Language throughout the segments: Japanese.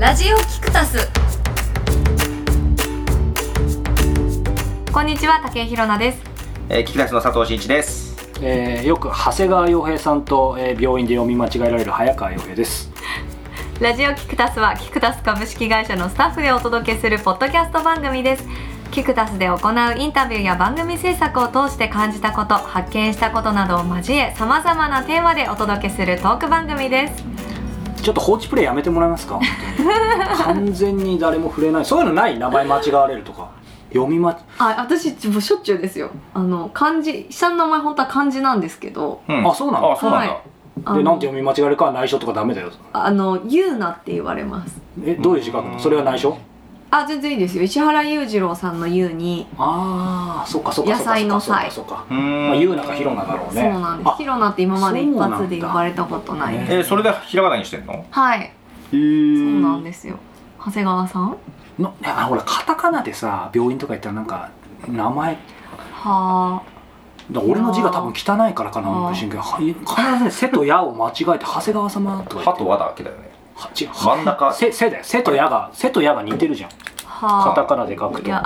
ラジオキクタスこんにちは竹井ひろなですえー、聞き出しの佐藤真一です。えーよく長谷川洋平さんと、えー病院で読み間違えられる早川洋平ですラジオキクタスはキクタス株式会社のスタッフでお届けするポッドキャスト番組ですキクタスで行うインタビューや番組制作を通して感じたこと発見したことなどを交えさまざまなテーマでお届けするトーク番組ですちょっと放置プレイやめてもらえますか完全に誰も触れないそういうのない名前間違われるとか読み間、あ私もうしょっちゅうですよあの漢字下の名前本当は漢字なんですけどうあそうなんだあ、そうなんだ。はいあでのなんて読み間違えるかは内緒とかダメだよあの「ゆうな」って言われますえどういう字書くうんのそれは内緒あ全然いいですよ石原裕次郎さんの「ゆうにああそっかそっかそ野っか菜のそっ菜かそっかうーんまあ言うなか広なだろ」うそうねなんです「ひろな」って今まで一そうなんだ発で呼ばれたことないですえー、それでひらがなにしてんの？はいえそうーなんですよ長谷川さんはあのいやあほらカタカナでさ病院とか行ったらなんか名前あだから俺の字が多分汚いからかなあー神経は必ずね「せ」と「や」を間違えて長谷川様とか言歯ってと和だけだよね。は違うは真ん中。 せせだよせとやがせとやが似てるじゃんカはタカナで書くあいといやや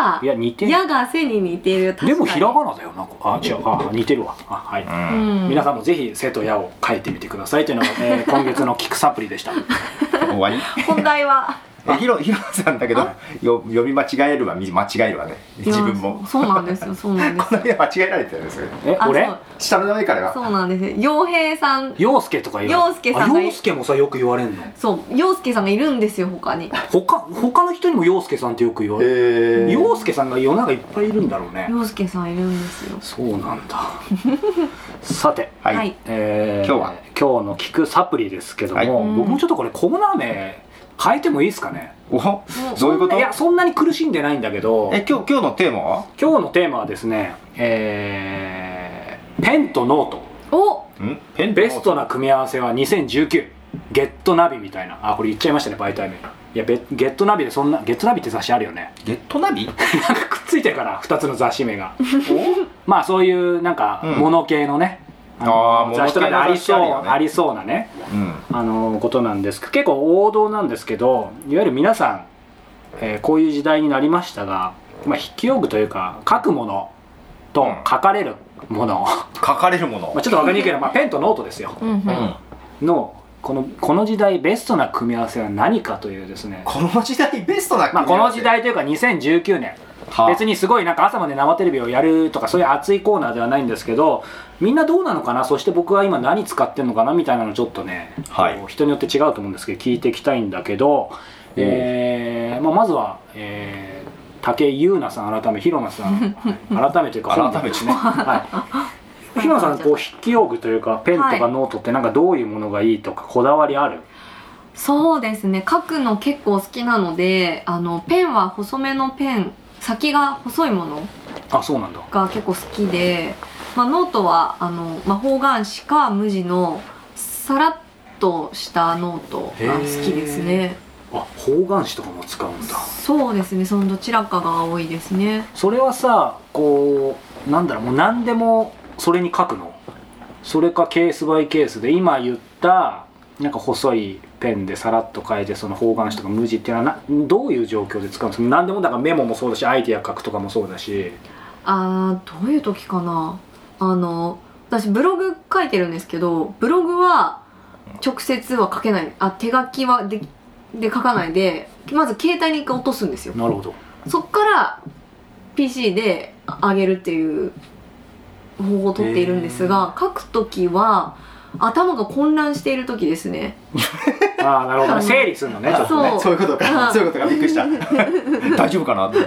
あー似てるやが背に似てる確かにでもひらがなだよなんかあ違うあ似てるわあはい、う。うんん皆さんもぜひせとやを書いてみてくださいというのが、え ー今月の聞くサプリでした終わり？本題はえ、ひろひろさんだけど、よ読み間違えるわ、み間違えるわね。自分いやも。 そうなんですよそうなんでこす のよ間間違えられてたよねそれ。えあ俺そう下の名前からは。そうなんですよ洋平さん陽介とか言陽介さんがあ陽介もさよく言われんのそう陽介さんがいるんですよ他に他他の人にも陽介さんってよく言わえれる、ー陽介さんが世の中いっぱいいるんだろうね陽介さんいるんですよそうなんださてはい。はいえー今日は今日の聞くサプリですけども、はい僕もちょっとこれコーナー名変えてもいいですかねお、どういうこと？いえや、そんなに苦しんでないんだけど今日今日のテーマは？今日のテーマはですねえーペンとノートおうん？ペンとベストな組み合わせは2019ゲットナビみたいなあこれ言っちゃいましたね媒体名いやベゲットナビでそんなゲットナビって雑誌あるよね ゲットナビ？なんかくっついてるから2つの雑誌名がお？まあそういうなんかうんモノ系のね、ああのー雑誌とかでありそうモノ系の雑誌あるよねありそうなねうん。あのことなんですけど結構王道なんですけどいわゆる皆さん、えーこういう時代になりましたが、まあ、筆記用具というか書くものとうん書かれるもの、 ま書かれるものあ。ちょっと分かりにくいけど、まあ、ペンとノートですようんうんうん。のこのこの時代ベストな組み合わせは何かというですね、この時代ベストなま組あ、みこ合のわせ。時代というか2019年はあ別にすごいなんか朝まで生テレビをやるとかそういう熱いコーナーではないんですけどみんなどうなのかなそして僕は今何使ってんのかなみたいなのちょっとね、はいこう人によって違うと思うんですけど聞いていきたいんだけど、えーまあ、まずは、えー武井優奈さん改め広野 さんはい改めというか本人改めてねはい広野さんこう筆記用具というかペンとはいかノートってなんかどういうものがいいとかこだわりある、そうですね書くの結構好きなのであのペンは細めのペン先が細いものあそうなんだが結構好きで、まあ、ノートはあの、まあ、方眼紙か無地のさらっとしたノートが好きですねあ方眼紙とかも使うんだそうですねそのどちらかが多いですねそれはさこうなんだろうもう何でもそれに書くのそれかケースバイケースで今言ったなんか細いペンでさらっと変えてその方眼紙とか無地っていうのはなどういう状況で使うんですか何でもだからメモもそうだしアイディア書くとかもそうだしあーどういう時かなあの私ブログ書いてるんですけどブログは直接は書けないあ手書きはでで書かないでまず携帯に一回落とすんですよなるほどそっから PC で上げるっていう方法をとっているんですが、書く時は頭が混乱している時ですねああなるほどね整理するのねちょっとねそうそういうことうかんそういうことかびっくりした大丈夫かなって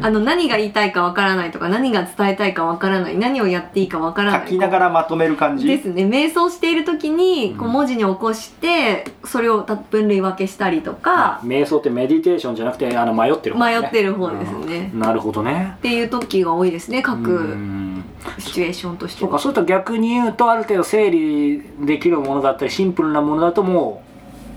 あの何が言いたいかわからないとか何が伝えたいかわからない何をやっていいかわからない書きながらまとめる感でじすね瞑想している時にこううん文字に起こしてそれをた分類分けしたりとか、瞑想ってメディテーションじゃなくてあの迷ってる方ね迷ってる方ですね、うんなるほどねっていう時が多いですね書うくんシチュエーションとしてそうかはそういった逆に言うとある程度整理できるものだったりシンプルなものだとも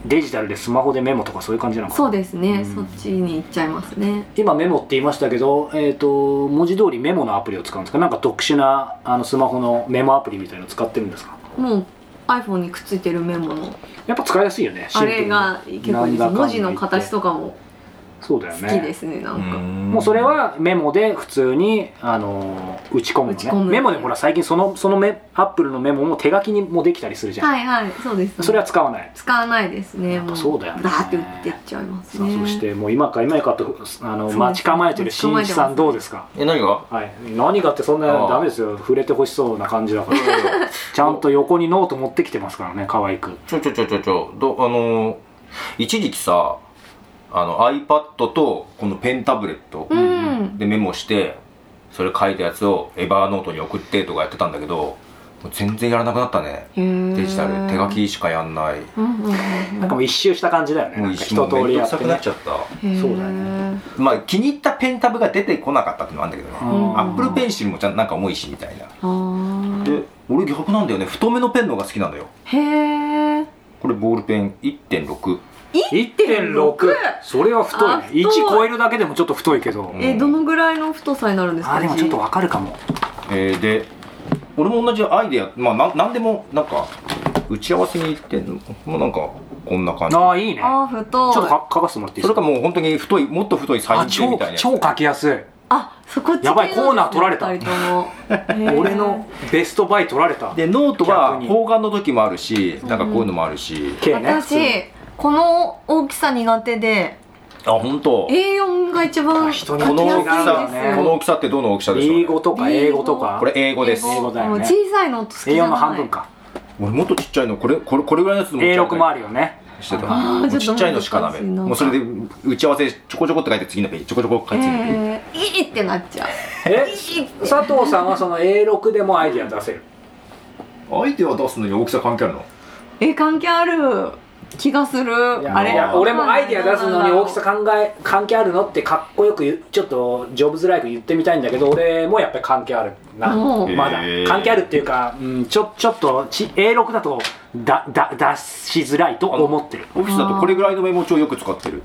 うデジタルでスマホでメモとかそういう感じなのかなそうですね、うんそっちに行っちゃいますね今メモって言いましたけど、えー、と文字通りメモのアプリを使うんですかなんか特殊なあのスマホのメモアプリみたいの使ってるんですかもう iPhone にくっついてるメモのやっぱ使いやすいよねシンあプルにれが結構いいですなんだかん文だ言って字の形とかもそうだよ好ねきですねなんか、ももうそれはメモで普通に、あのー打ち込むの打ねち込むメモでほら最近そのそのメアップルのメモも手書きにもできたりするじゃん、はいはいそうですそれは使わない、使わないですねやっぱもそうだよねバーって打ってっちゃいますさあねそしてもう今か今かとあのそう待ち構えてる新一さんどうですかえ何がはい、何がってそんあなあダメですよ触れてほしそうな感じだから ちゃんと横にノート持ってきてますからね可愛くちょちょちょちょちょどあのー一時期さあの iPad とこのペンタブレットうんでメモしてそれ書いたやつをエバーノートに送ってとかやってたんだけどもう全然やらなくなったねデデジタル手書きしかやんないうんうんうんなんかもう一周した感じだよねもなうんか一一もう通めんりどくやってさくねなっちゃったへーそうだよねまあ気に入ったペンタブが出てこなかったっていうのはあるんだけどねうんアップルペンシルもちゃんなんか重いしみたいなあーで俺逆なんだよね太めのペンの方が好きなのよへえこれボールペン1.6 1.6それは太いあね太い1超えるだけでもちょっと太いけどうんえどのぐらいの太さになるんですかあでもちょっと字わかるかもえーで俺も同じアイデアまあなんなんでもなんか打ち合わせに行ってんのもうなんかこんな感じああいいねちょあー太っいとか書かせてもらっていそれいですかかもう本当に太いもっと太いサイあンペン超みたいなやつ超書きやすいあそこやばいコーナー取られた二人とも俺のベストバイ取られたでノートは逆に方眼の時もあるしなんかこういうのもあるし、へ計ーね普通に私この大きさ苦手であ本当 A4 が一番人にこの大き書さきやすいですこの大きさってどの大きさでしょう、英ね、語とか英語とかこれ英語です英語だよもねう小さいのと好きじゃ A4 のない半分か俺もっとちっちゃいのこれこれこれぐらいのやつも A6 もあるよねしてたあーもうちょっとちっちゃいのしかダメ難しいなもうそれで打ち合わせちょこちょこって書いて次のページちょこちょこ書いて次のページ、えー、いいってなっちゃうえいいって佐藤さんはその A6 でもアイディア出せる相手は出すのに大きさ関係あるのえ関係ある気がするあれいや俺もアイディア出すのに大きさ考え関係あるのってかっこよく言うちょっとジョブズライク言ってみたいんだけど俺もやっぱり関係あるなおうまだへー関係あるっていうか、うん、ちょちょっとち A6 だとだだ出しづらいと思ってるオフィスだとこれぐらいのメモ帳よく使ってる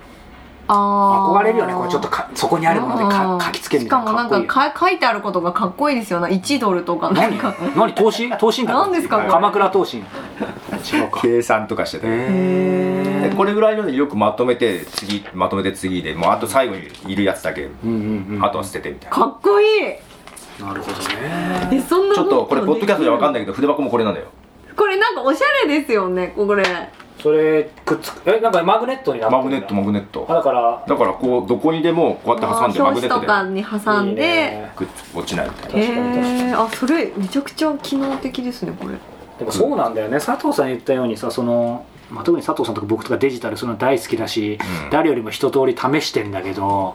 あー憧れるよねこれちょっとかそこにあるものであかー書きつけるみしたかいなもなんかっこかか書いいよねいてあることがかっこいいですよね1ドルとかなん何か何投資投資だ何ですかこれ鎌倉投資違うか計算とかしてて、へでこれぐらいのによくまとめて次まとめて次でもうあと最後にいるやつだけ、うんうんうんあとは捨ててみたい なかっこいいなるほどねえそんなちょっとこれポッドキャストじゃ分かんないないけど筆箱もこれなんだよこれなんかおしゃれですよねこれそれくっつくえなんかマグネットになってるマんだグネットマグネットあだからだからこうどこにでもこうやって挟んでマグ表紙ネとかットでに挟んいいでねくっつ落ちないみたいなへいいねえー、あそれめちゃくちゃ機能的ですねこれでもそうなんだよね佐藤さん言ったようにさその、まあ、特に佐藤さんとか僕とかデジタルそういうの大好きだし、うん誰よりも一通り試してんだけど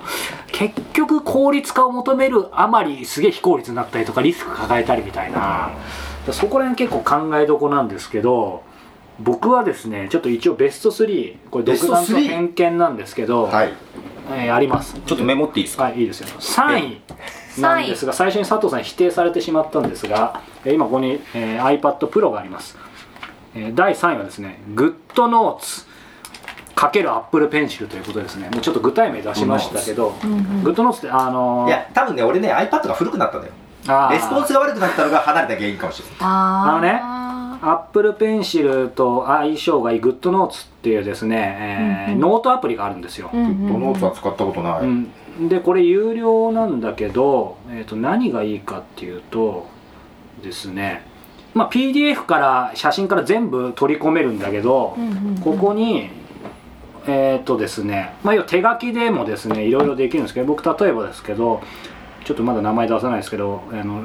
結局効率化を求めるあまりすげえ非効率になったりとかリスク抱えたりみたいな、そこら辺結構考えどこなんですけど僕はですねちょっと一応ベスト3これベス独ト断と3？偏見なんですけど、はいえーありますちょっとメモっていいですか、はい、いいですよ。3位なんですが、最初に佐藤さん否定されてしまったんですが、えー今ここに、えー iPad Pro があります。えー第3位はですね、GoodNotes かける Apple Pencil ということですね。もうちょっと具体名出しましたけど、GoodNotes ってあのー、いや多分ね俺ね iPad が古くなったんだよあーレスポンスが悪くなったのが離れた原因かもしれないあーあアップルペンシルと相性がいい GoodNotes っていうですね、うえーんうんノートアプリがあるんですよ、うんうんうんノートは使ったことない、うん、でこれ有料なんだけど、えー、と何がいいかっていうとですね、まあ、PDF から写真から全部取り込めるんだけど、うんうんうんここにえっ、とですね、まあ、要は手書きでもですねいろいろできるんですけど僕例えばですけどちょっとまだ名前出さないですけどあの、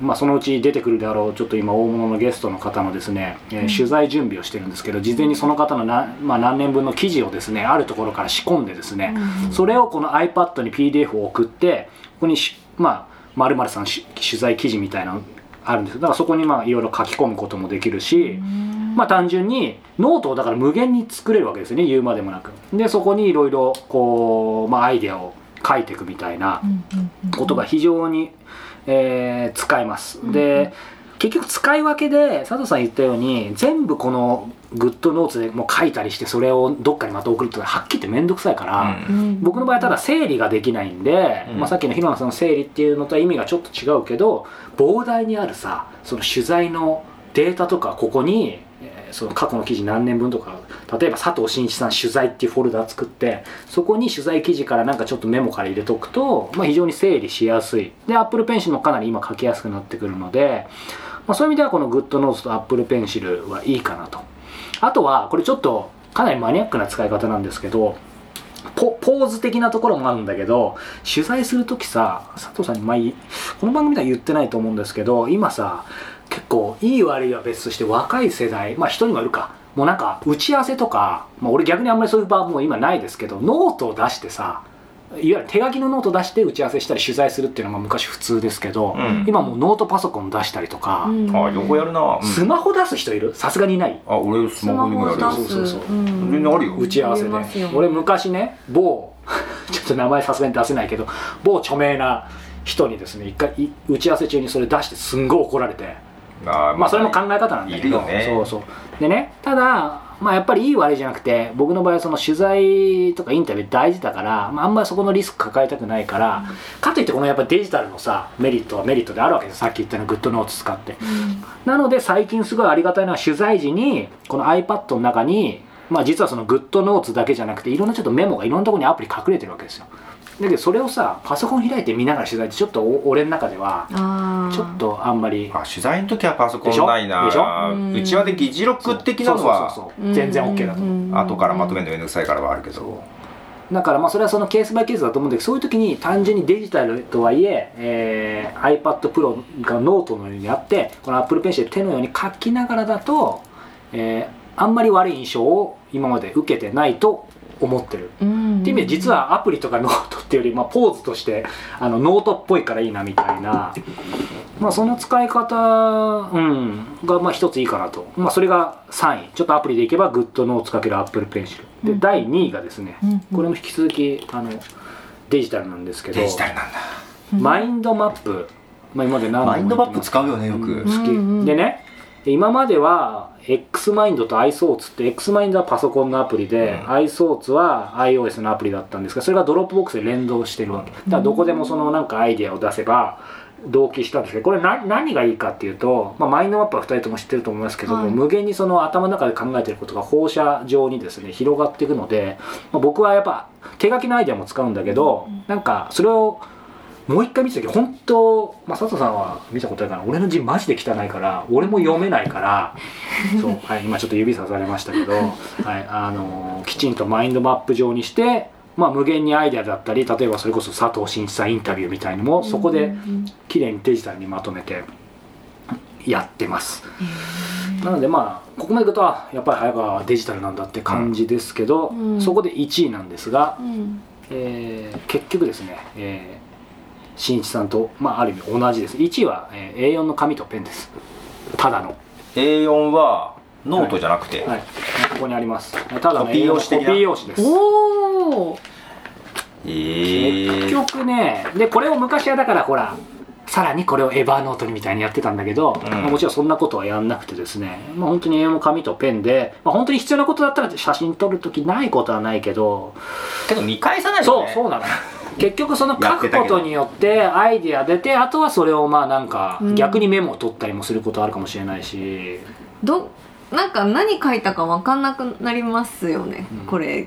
まあ、そのうち出てくるであろうちょっと今大物のゲストの方のですね、えーうん取材準備をしてるんですけど事前にその方のな、まあ、何年分の記事をですねあるところから仕込んでですね、うんそれをこの iPad に PDF を送ってここにし、まあ、〇〇さんし取材記事みたいなのあるんですよだからそこにまあいろいろ書き込むこともできるし、まあ、単純にノートをだから無限に作れるわけですよね言うまでもなくでそこにいろいろこう、まあ、アイデアを書いていくみたいなことが非常に、えー使えます、で結局使い分けで佐藤さん言ったように全部このグッドノーツでもう書いたりしてそれをどっかにまた送るとかはっきり言って面倒くさいから、僕の場合はただ整理ができないんで、うんまあ、さっきの平野さんの整理っていうのとは意味がちょっと違うけど膨大にあるさその取材のデータとかここにえーその過去の記事何年分とか例えば佐藤真一さん取材っていうフォルダ作ってそこに取材記事からなんかちょっとメモから入れとくと、まあ、非常に整理しやすいで Apple Pencil もかなり今書きやすくなってくるので、まあ、そういう意味ではこの GoodNotes と Apple Pencil はいいかなとあとはこれちょっとかなりマニアックな使い方なんですけどポポーズ的なところもあるんだけど取材する時さ佐藤さんに前この番組では言ってないと思うんですけど今さ結構いい悪いは別として若い世代まあ人にもいるかもうなんか打ち合わせとか、まあ、俺逆にあんまりそういう場はもう今ないですけどノートを出してさいわゆる手書きのノート出して打ち合わせしたり取材するっていうのが昔普通ですけど、うん今もうノートパソコン出したりとか、うんあ横やるな、うんスマホ出す人いるさすがにいないあ俺ススママホにホもをやるよ出すそうそうそううん全然あるよ打ち合わせ見でえますよ俺昔ね某 ちょっと名前さすがに出せないけど某著名な人にですね一回い打ち合わせ中にそれ出してすんごい怒られてあーまあそれも考え方なんだいけるどよねそうそうでねただまあやっぱりいい悪いじゃなくて僕の場合はその取材とかインタビュー大事だから、まあ、あんまりそこのリスク抱えたくないから、かといってこのやっぱデジタルのさメリットはメリットであるわけですよさっき言ったのグッドノーツ使ってなので最近すごいありがたいのは取材時にこの iPad の中に、まあ、実はその GoodNotes だけじゃなくていろんなちょっとメモがいろんなところにアプリ隠れてるわけですよだけどそれをさパソコン開いて見ながら取材ってちょっとお俺の中ではあーちょっとあんまりあ取材の時はパソコでしンょないなでしょうんうちわで議事録的なのそうはそうそうそう全然 OK だと思う後からまとめるるのめんどくさいからはあるけどだからまあそれはそのケースバイケースだと思うんだけどそういう時に単純にデジタルとはいええー iPadPro がノートのようにあってこの ApplePencil で手のように書きながらだと、えーあんまり悪い印象を今まで受けてないと思ってるっていう意味で実はアプリとかノートっていうより、まあ、ポーズとしてあのノートっぽいからいいなみたいな、まあ、その使い方、うん、がまあ一ついいかなと、まあ、それが3位ちょっとアプリでいけば GoodNotes かける ApplePencil で、うん第2位がですねこれもも引き続きあのデジタルなんですけどデジタルなんだマインドマップ、まあ、今まで何度も言ってますうよねうん好き、うんうんでねで今までは X マインドと iSource って X マインドはパソコンのアプリで、うん iSource は iOS のアプリだったんですがそれがドロップボックスで連動してるわけだからどこでもそのなんかアイデアを出せば同期したんですけどこれな何がいいかっていうと、まあ、マインドマップは2人とも知ってると思いますけども、はい無限にその頭の中で考えてることが放射状にですね広がっていくので、まあ、僕はやっぱ手書きのアイデアも使うんだけど、なんかそれをもう一回見てたけど本当、まあ、佐藤さんは見たことないから俺の字マジで汚いから俺も読めないから そう、はい、今ちょっと指さされましたけど、はいあのーきちんとマインドマップ上にして、まあ、無限にアイデアだったり例えばそれこそ佐藤真一さんインタビューみたいにもそこで綺麗にデジタルにまとめてやってます。なのでまあここまでいくとあやっぱり早川はデジタルなんだって感じですけど、うんそこで1位なんですが、えー結局ですね、えー、新一さんと、まあ、ある意味同じです1位は、えー A4 の紙とペンですただの、 A4 はノートじゃなくて、はい、ここにありますただのコピー用 A4 の紙的コなピー用紙ですおおえ結ー局ねでこれを昔はだからほらさらにこれをエヴァーノートにみたいにやってたんだけど、うんまあもちろんそんなことはやんなくてですね、まあ、本当に A4 の紙とペンで、まあ、本当に必要なことだったら写真撮るときないことはないけどけど見返さないよそうねそうなの結局その書やってくたこけどとによってアイディア出てあとはそれをまあなんかうん逆にメモを取ったりもすることあるかもしれないし、どなんか何書いたかわかんなくなりますよね、うんこれ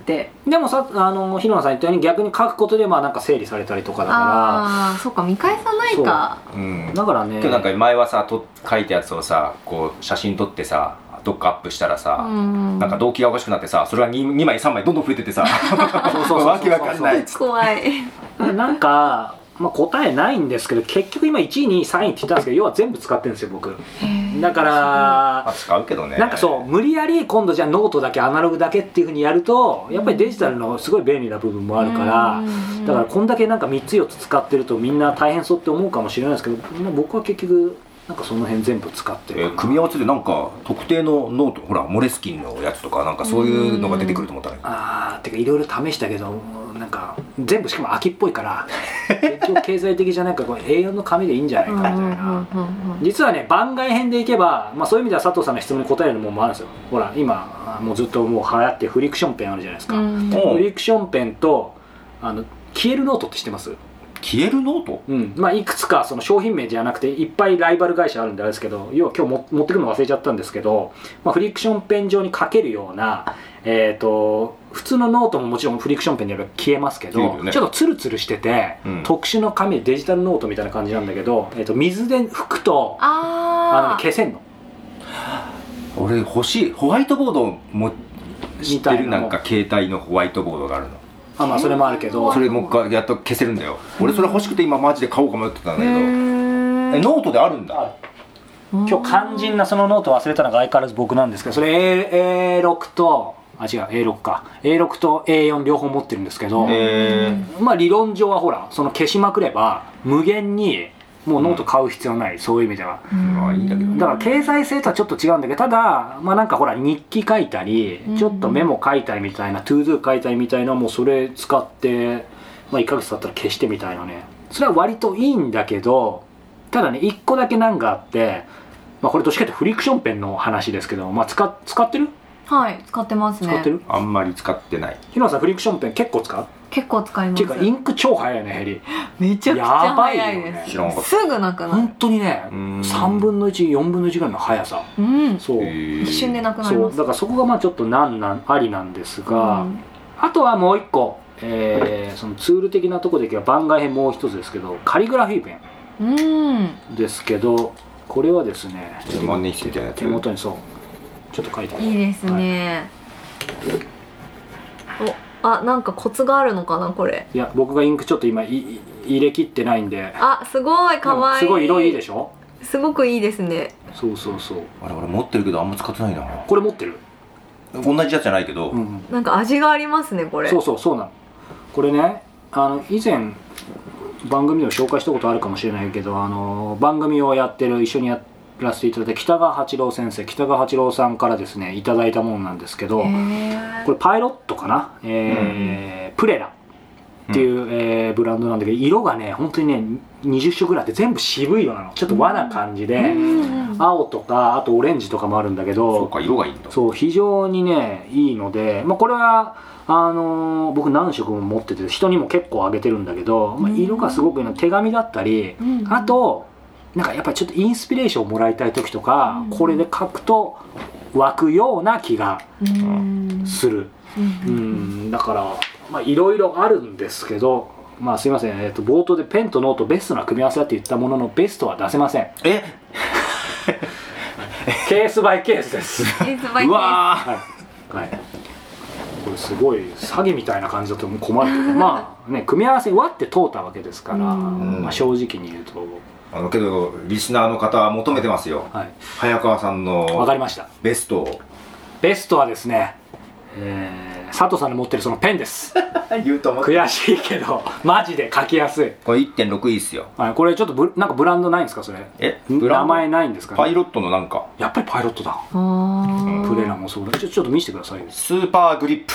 ってでもさあの日野さん言ったように逆に書くことでまあなんか整理されたりとかだかああーそうか見返さないかうんらだからねけどなんか前はさと書いたやつをさこう写真撮ってさどっかアップしたらさ、うんなんか動機がおかしくなってさそれが 2, 枚3枚どんどん増えてってさそうそうそうそうわけわかんな い怖いなんか、まあ、答えないんですけど結局今1位2位3位って言ったんですけど要は全部使ってるんですよ僕 だから あ使うけどねなんかそう無理やり今度じゃあノートだけアナログだけっていうふうにやるとやっぱりデジタルのすごい便利な部分もあるから、だからこんだけなんか3つ4つ使ってるとみんな大変そうって思うかもしれないですけど、まあ僕は結局なんかその辺全部使ってえるー組み合わせでなんか特定のノートほらモレスキンのやつとかなんかそういうのが出てくると思ったのよあーてかいろいろ試したけどなんか全部しかも秋っぽいから結局経済的じゃないからこれ A4 の紙でいいんじゃないかみたいな実はね番外編でいけば、まあ、そういう意味では佐藤さんの質問に答えるのもあるんですよほら今あーもうずっともう流行ってフリクションペンあるじゃないですか、うんおうフリクションペンとあの消えるノートって知ってます消えるノートうんまあ、いくつかその商品名じゃなくていっぱいライバル会社あるんであれですけど要は今日も持ってくるの忘れちゃったんですけど、まあ、フリクションペン上に書けるような、えー、と普通のノートももちろんフリクションペンによれば消えますけ消えるど、よねちょっとツルツルしてて、うん特殊の紙デジタルノートみたいな感じなんだけど、えー、と水で拭くとあのねあー消せんの俺欲しいホワイトボードも知ってるなみたいなんか携帯のホワイトボードがあるのあ、まあ、それもあるけどそれもう一回やっと消せるんだよ俺それ欲しくて今マジで買おうか迷ってたんだけどえノートであるんだあ今日肝心なそのノートを忘れたのが相変わらず僕なんですけどそれ A- A6 とあ違う A6 か A6 と A4 両方持ってるんですけど、えーまあ理論上はほらその消しまくれば無限にもうノート買う必要ない、そういう意味ではまあいいんだけどだから経済性とはちょっと違うんだけどただまあなんかほら日記書いたりうんちょっとメモ書いたりみたいな、トゥードゥ書いたりみたいなもうそれ使って、まあ、1ヶ月経ったら消してみたいなねそれは割といいんだけどただね1個だけなんかあって、まあ、これどっちかっていうとフリクションペンの話ですけど、まあ、使っ使ってるはい使ってますね使ってる、あんまり使ってない日野さんフリクションペン結構使う結構使いっまてすいうかインク超早いねヘリめちゃくちゃやばいよ早いでね知らなかっすすぐなくな本る当にねうん3分の14分の1ぐらいの速さうんそう、たへー一瞬でなくなりそまうすだからそこがまあちょっと難なんありなんですが、うんあとはもう一個、えーそのツール的なとこでいけば番外編もう一つですけどカリグラフィーペうんンですけどこれはですね手万年筆みたいなやつ手元にそうちょっと書いてあるいいですね、おあなんかコツがあるのかなこれいや僕がインクちょっと今いい入れ切ってないんであすごいかわいいすごい色いいでしょすごくいいですねそうそうそうあれ俺持ってるけどあんま使ってないなこれ持ってる、同じやつじゃないけど、うんうん、なんか味がありますねこれそうそうそうなのこれねあの以前番組でも紹介したことあるかもしれないけどあの番組をやってる一緒にやらせていただいた北川八郎先生北川八郎さんからですねいただいたものなんですけどへーこれパイロットかな、えープレラっていう、えーブランドなんだけど色がね本当にね20色ぐらいあって全部渋い色なのちょっと和な感じで、うんうん青とかあとオレンジとかもあるんだけどそうか色がいいんだそう非常にねいいので、まあ、これはあのー僕何色も持ってて人にも結構あげてるんだけど、まあ、うん色がすごくいいの手紙だったりうんあとなんかやっぱりちょっとインスピレーションをもらいたい時とかうんこれで書くと湧くような気がうんする、ううんん、だからまあいろいろあるんですけど、まあ、すいません、えっと冒頭でペンとノートベストな組み合わせだって言ったもののベストは出せま せんえケースバイケースですインスパイうティーわーはい、はい、これすごい詐欺みたいな感じだともう困る けどまあね組み合わせ割って通ったわけですから、うんまあ、正直に言うと、あのけどリスナーの方は求めてますよはい、早川さんわかのりましたベストをベストはですね、えー佐藤さんの持ってるそのペンです 言うと思って悔しいけどマジで書きやすい、これ1.6いいっすよはい、これちょっとブなんかブランドないんですかそれえブラ名ンド前ないんですか、パイね、ロットのなんかやっぱりパイロットだあープレラもそうだちょちょっと見せてくださいよスーパーグリップ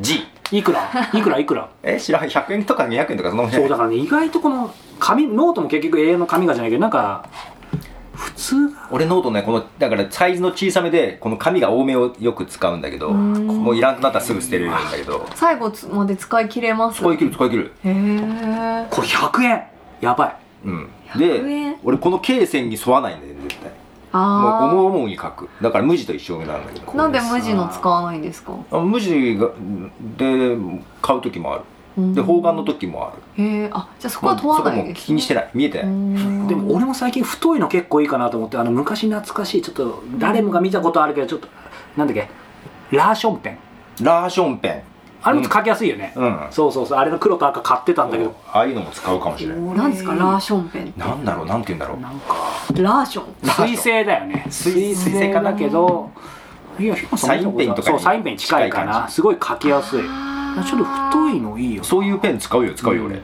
G いくらいくらいくらえ知らん100円とか200円とかその そうだからね意外とこの紙ノートも結局永遠の紙がじゃないけどなんか普通が俺ノートねこのだからサイズの小さめでこの紙が多めをよく使うんだけどもういらんくなったらすぐ捨てれるんだけど最後つまで使い切れます使い切る使い切るへえこれ100円やばうん100円で俺この経線に沿わないんだよね絶対もうあ思う思うに書くだから無地と一緒なんだけあどなんで無地の使わないんですかあ無地がで買う時もあるで方方眼の時もあるへえあじゃあそこは問わそこないもです、ね、気にしてない見えてうないんいでも俺も最近太いの結構いいかなと思ってあの昔懐かしいちょっと誰もが見たことあるけどちょっとなんだっけラーションペンラーションペあれも書きやすいよね、ンうんそうそうそうあれの黒と赤買ってたんだけどああいうのも使うかもしれないなんですかラーションペンなんだろうなんて言うんだろうなんかラーション水星だよね水星水星だけどいやサインペンとかにそうサインペンに近いか近いな感じすごい書きやすいちょあっと太いのいいよそういうペン使うよ使うよ俺、うん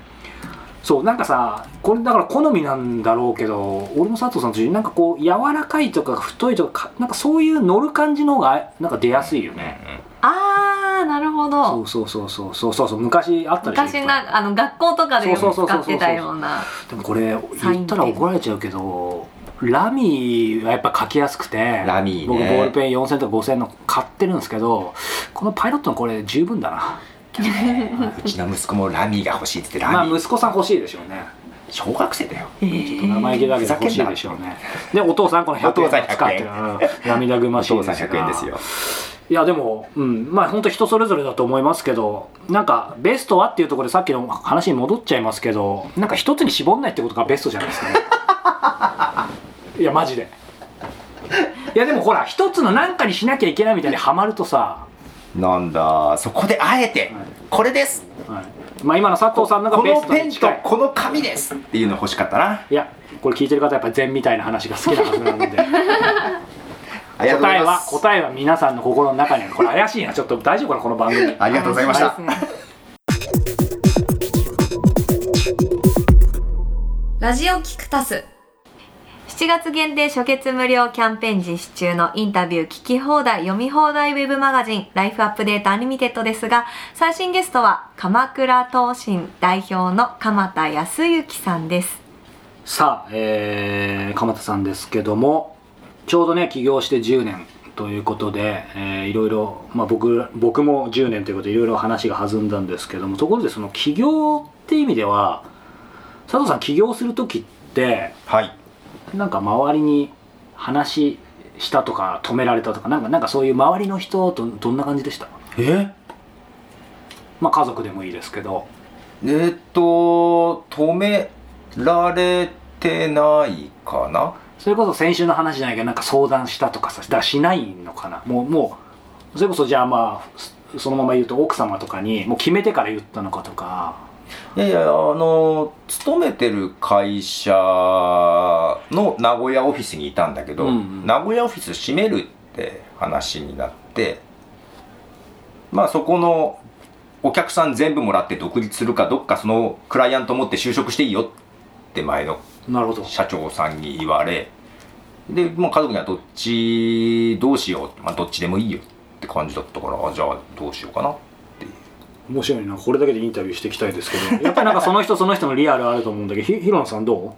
そうなんかさこれだから好みなんだろうけど俺も佐藤さんと一緒になんかこう柔らかいとか太いとかかなんかそういう乗る感じの方がなんか出やすいよね、あーなるほどそうそうそうそうそうそうそう昔あったでしょい昔っぱいなあの学校とかでよそうくそうそう使そうそうってたようなでもこれ言ったら怒られちゃうけどラミーはやっぱ書きやすくてラミーね僕ボールペン4000とか5000の買ってるんですけどこのパイロットのこれ十分だなけ どねうちの息子もラミーが欲しいって言ってまラあミー息子さん欲しいでしょうね小学生だよちょっと生意気だけど欲しいでしょうねでお父さんこの100円お父さん100円使ってるうん涙ぐおましい父ですさんが100円ですよいやでも、うん、まあ本当人それぞれだと思いますけどなんかベストはっていうところでさっきの話に戻っちゃいますけどなんか一つに絞んないってことがベストじゃないです かねいやマジでいやでもほら一つの何かにしなきゃいけないみたいにハマるとさ、なんだそこであえて、はいこれですはいまあ今の佐藤さんのがこベのストペにン近といこの紙ですっていうの欲しかったないやこれ聞いてる方はやっぱ禅みたいな話が好きなはずなんでありがとうご答ざえ いまはす答えは皆さんの心の中にあるこれ怪しいなちょっと大丈夫かなこの番組ありがとうございましたラジオキクタス7月限定初月無料キャンペーン実施中のインタビュー聞き放題読み放題ウェブマガジンライフアップデートアニミテッドですが最新ゲストは鎌倉東進代表の鎌田康之さんですさあ、えー、鎌田さんですけどもちょうどね起業して10年ということで、えーいろいろ、まあ、僕僕も10年ということでいろいろ話が弾んだんですけどもところでその起業って意味では佐藤さん起業する時ってはいなんか周りに話したとか止められたとかなんかなんかそういう周りの人とどんな感じでしたえまあ家族でもいいですけどえーっと止められてないかなそれこそ先週の話じゃないけどなんか相談したとかさだからしないのかなもうもうそれこそじゃあまあそそのまま言うと奥様とかにもう決めてから言ったのかとかいやいやあの勤めてる会社の名古屋オフィスにいたんだけど、うんうん名古屋オフィス閉めるって話になってまあそこのお客さん全部もらって独立するかどっかそのクライアント持って就職していいよって前のなるほど社長さんに言われで、まあ、家族にはどっちどうしよう、まあ、どっちでもいいよって感じだったからあじゃあどうしようかな面白いなこれだけでインタビューしていきたいですけ どやっぱりなんかその人その人のリアルあると思うんだけどひひろのさんど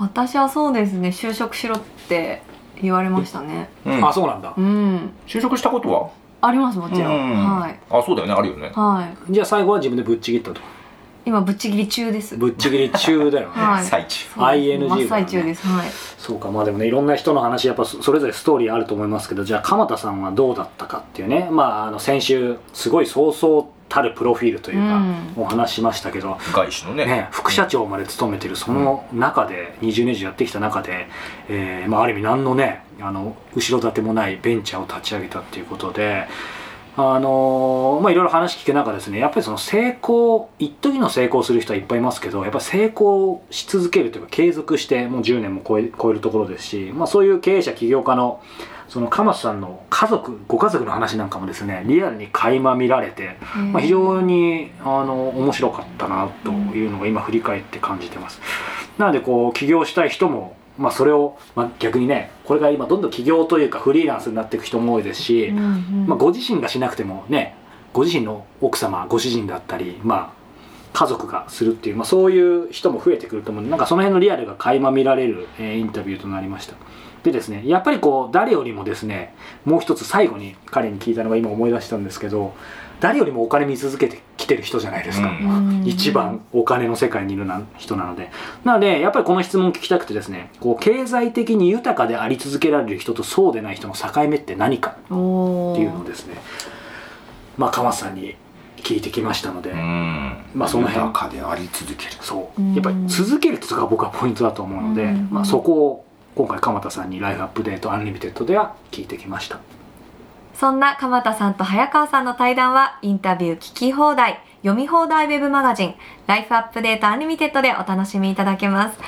私はそうですね就職しろって言われましたねう、うんあそうなんだうん就職したことはありますもちろん、うんはいあそうだよねあるよねはいじゃあ最後は自分でぶっちぎったと今ぶっちぎり中ですぶっちぎり中だよ ね、はい最中そうです ING 真っ最中ですはいそうかまあでもねいろんな人の話やっぱそそれぞれストーリーあると思いますけどじゃあ鎌田さんはどうだったかっていうねまああの先週すごいそうそうたるプロフィールというか、うお話ししましたけど、外資のねね、副社長まで務めてるその中で、20年以上やってきた中で、えーまあ、ある意味何のねあの後ろ盾もないベンチャーを立ち上げたっていうことで。あのーまあいろいろ話聞く中ですねやっぱりその成功一時の成功する人はいっぱいいますけどやっぱり成功し続けるというか継続してもう10年も超え超えるところですし、まあ、そういう経営者起業家のその鎌田さんの家族ご家族の話なんかもですねリアルに垣間見られてまあ、非常にあの面白かったなというのが今振り返って感じてますなのでこう起業したい人も、まあ、それを、まあ、逆にねこれが今どんどん起業というかフリーランスになっていく人も多いですし、うんうんまあ、ご自身がしなくてもねご自身の奥様ご主人だったりまあ家族がするっていう、まあ、そういう人も増えてくると思うんでなんかその辺のリアルが垣間見られる、えーインタビューとなりましたでですねやっぱりこう誰よりもですねもう一つ最後に彼に聞いたのが今思い出したんですけど誰よりもお金見続けてきてる人じゃないですか、うんうん一番お金の世界にいるな人なのでなのでやっぱりこの質問を聞きたくてですねこう経済的に豊かであり続けられる人とそうでない人の境目って何かおっーていうのをですねまあ鎌田さんに聞いてきましたので、うんまあその辺中であり続けるそううんやっぱり続けるっていうのが僕はポイントだと思うので、うんまあ、そこを今回鎌田さんに「ライフアップデートアンリミテッド」では聞いてきましたそんな鎌田さんと早川さんの対談はインタビュー聞き放題、読み放題ウェブマガジン、ライフアップデートアンリミテッドでお楽しみいただけます。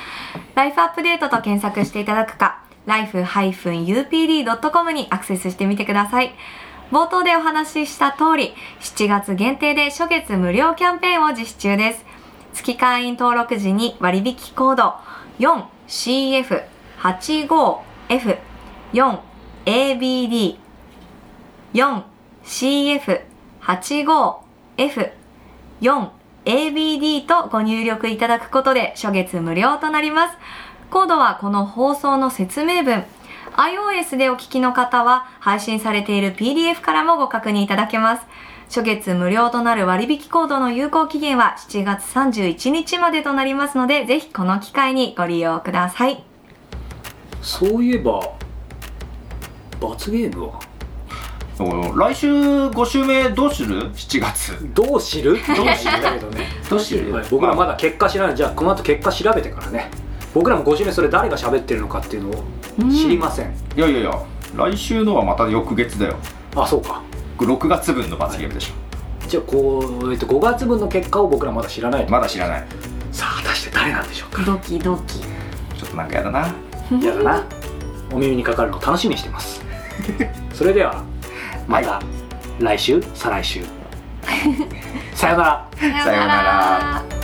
ライフアップデートと検索していただくか、life-upd.com にアクセスしてみてください。冒頭でお話しした通り、7月限定で初月無料キャンペーンを実施中です。月会員登録時に割引コード 4CF85F 4ABD 4CF85F4ABD とご入力いただくことで初月無料となります。コードはこの放送の説明文。iOS でお聞きの方は配信されている PDF からもご確認いただけます。初月無料となる割引コードの有効期限は7月31日までとなりますので、ぜひこの機会にご利用ください。そういえば罰ゲームはそう来週5週目どうする ?7 月。どう知るどう知るだけどねどう知る僕らまだ結果知らないじゃあこの後結果調べてからね僕らも5周目それ誰が喋ってるのかっていうのを知りません、いやいやいや、来週のはまた翌月だよ。あそうか6月分の罰ゲームでしょ。じゃあこう、えっと、5月分の結果を僕らまだ知らないと、まだ知らない。さあ果たして誰なんでしょうかドキドキ。ちょっとなんかやだな。やだなお耳にかかるの楽しみにしてますそれではまた来週再来週さよならさようさようなら。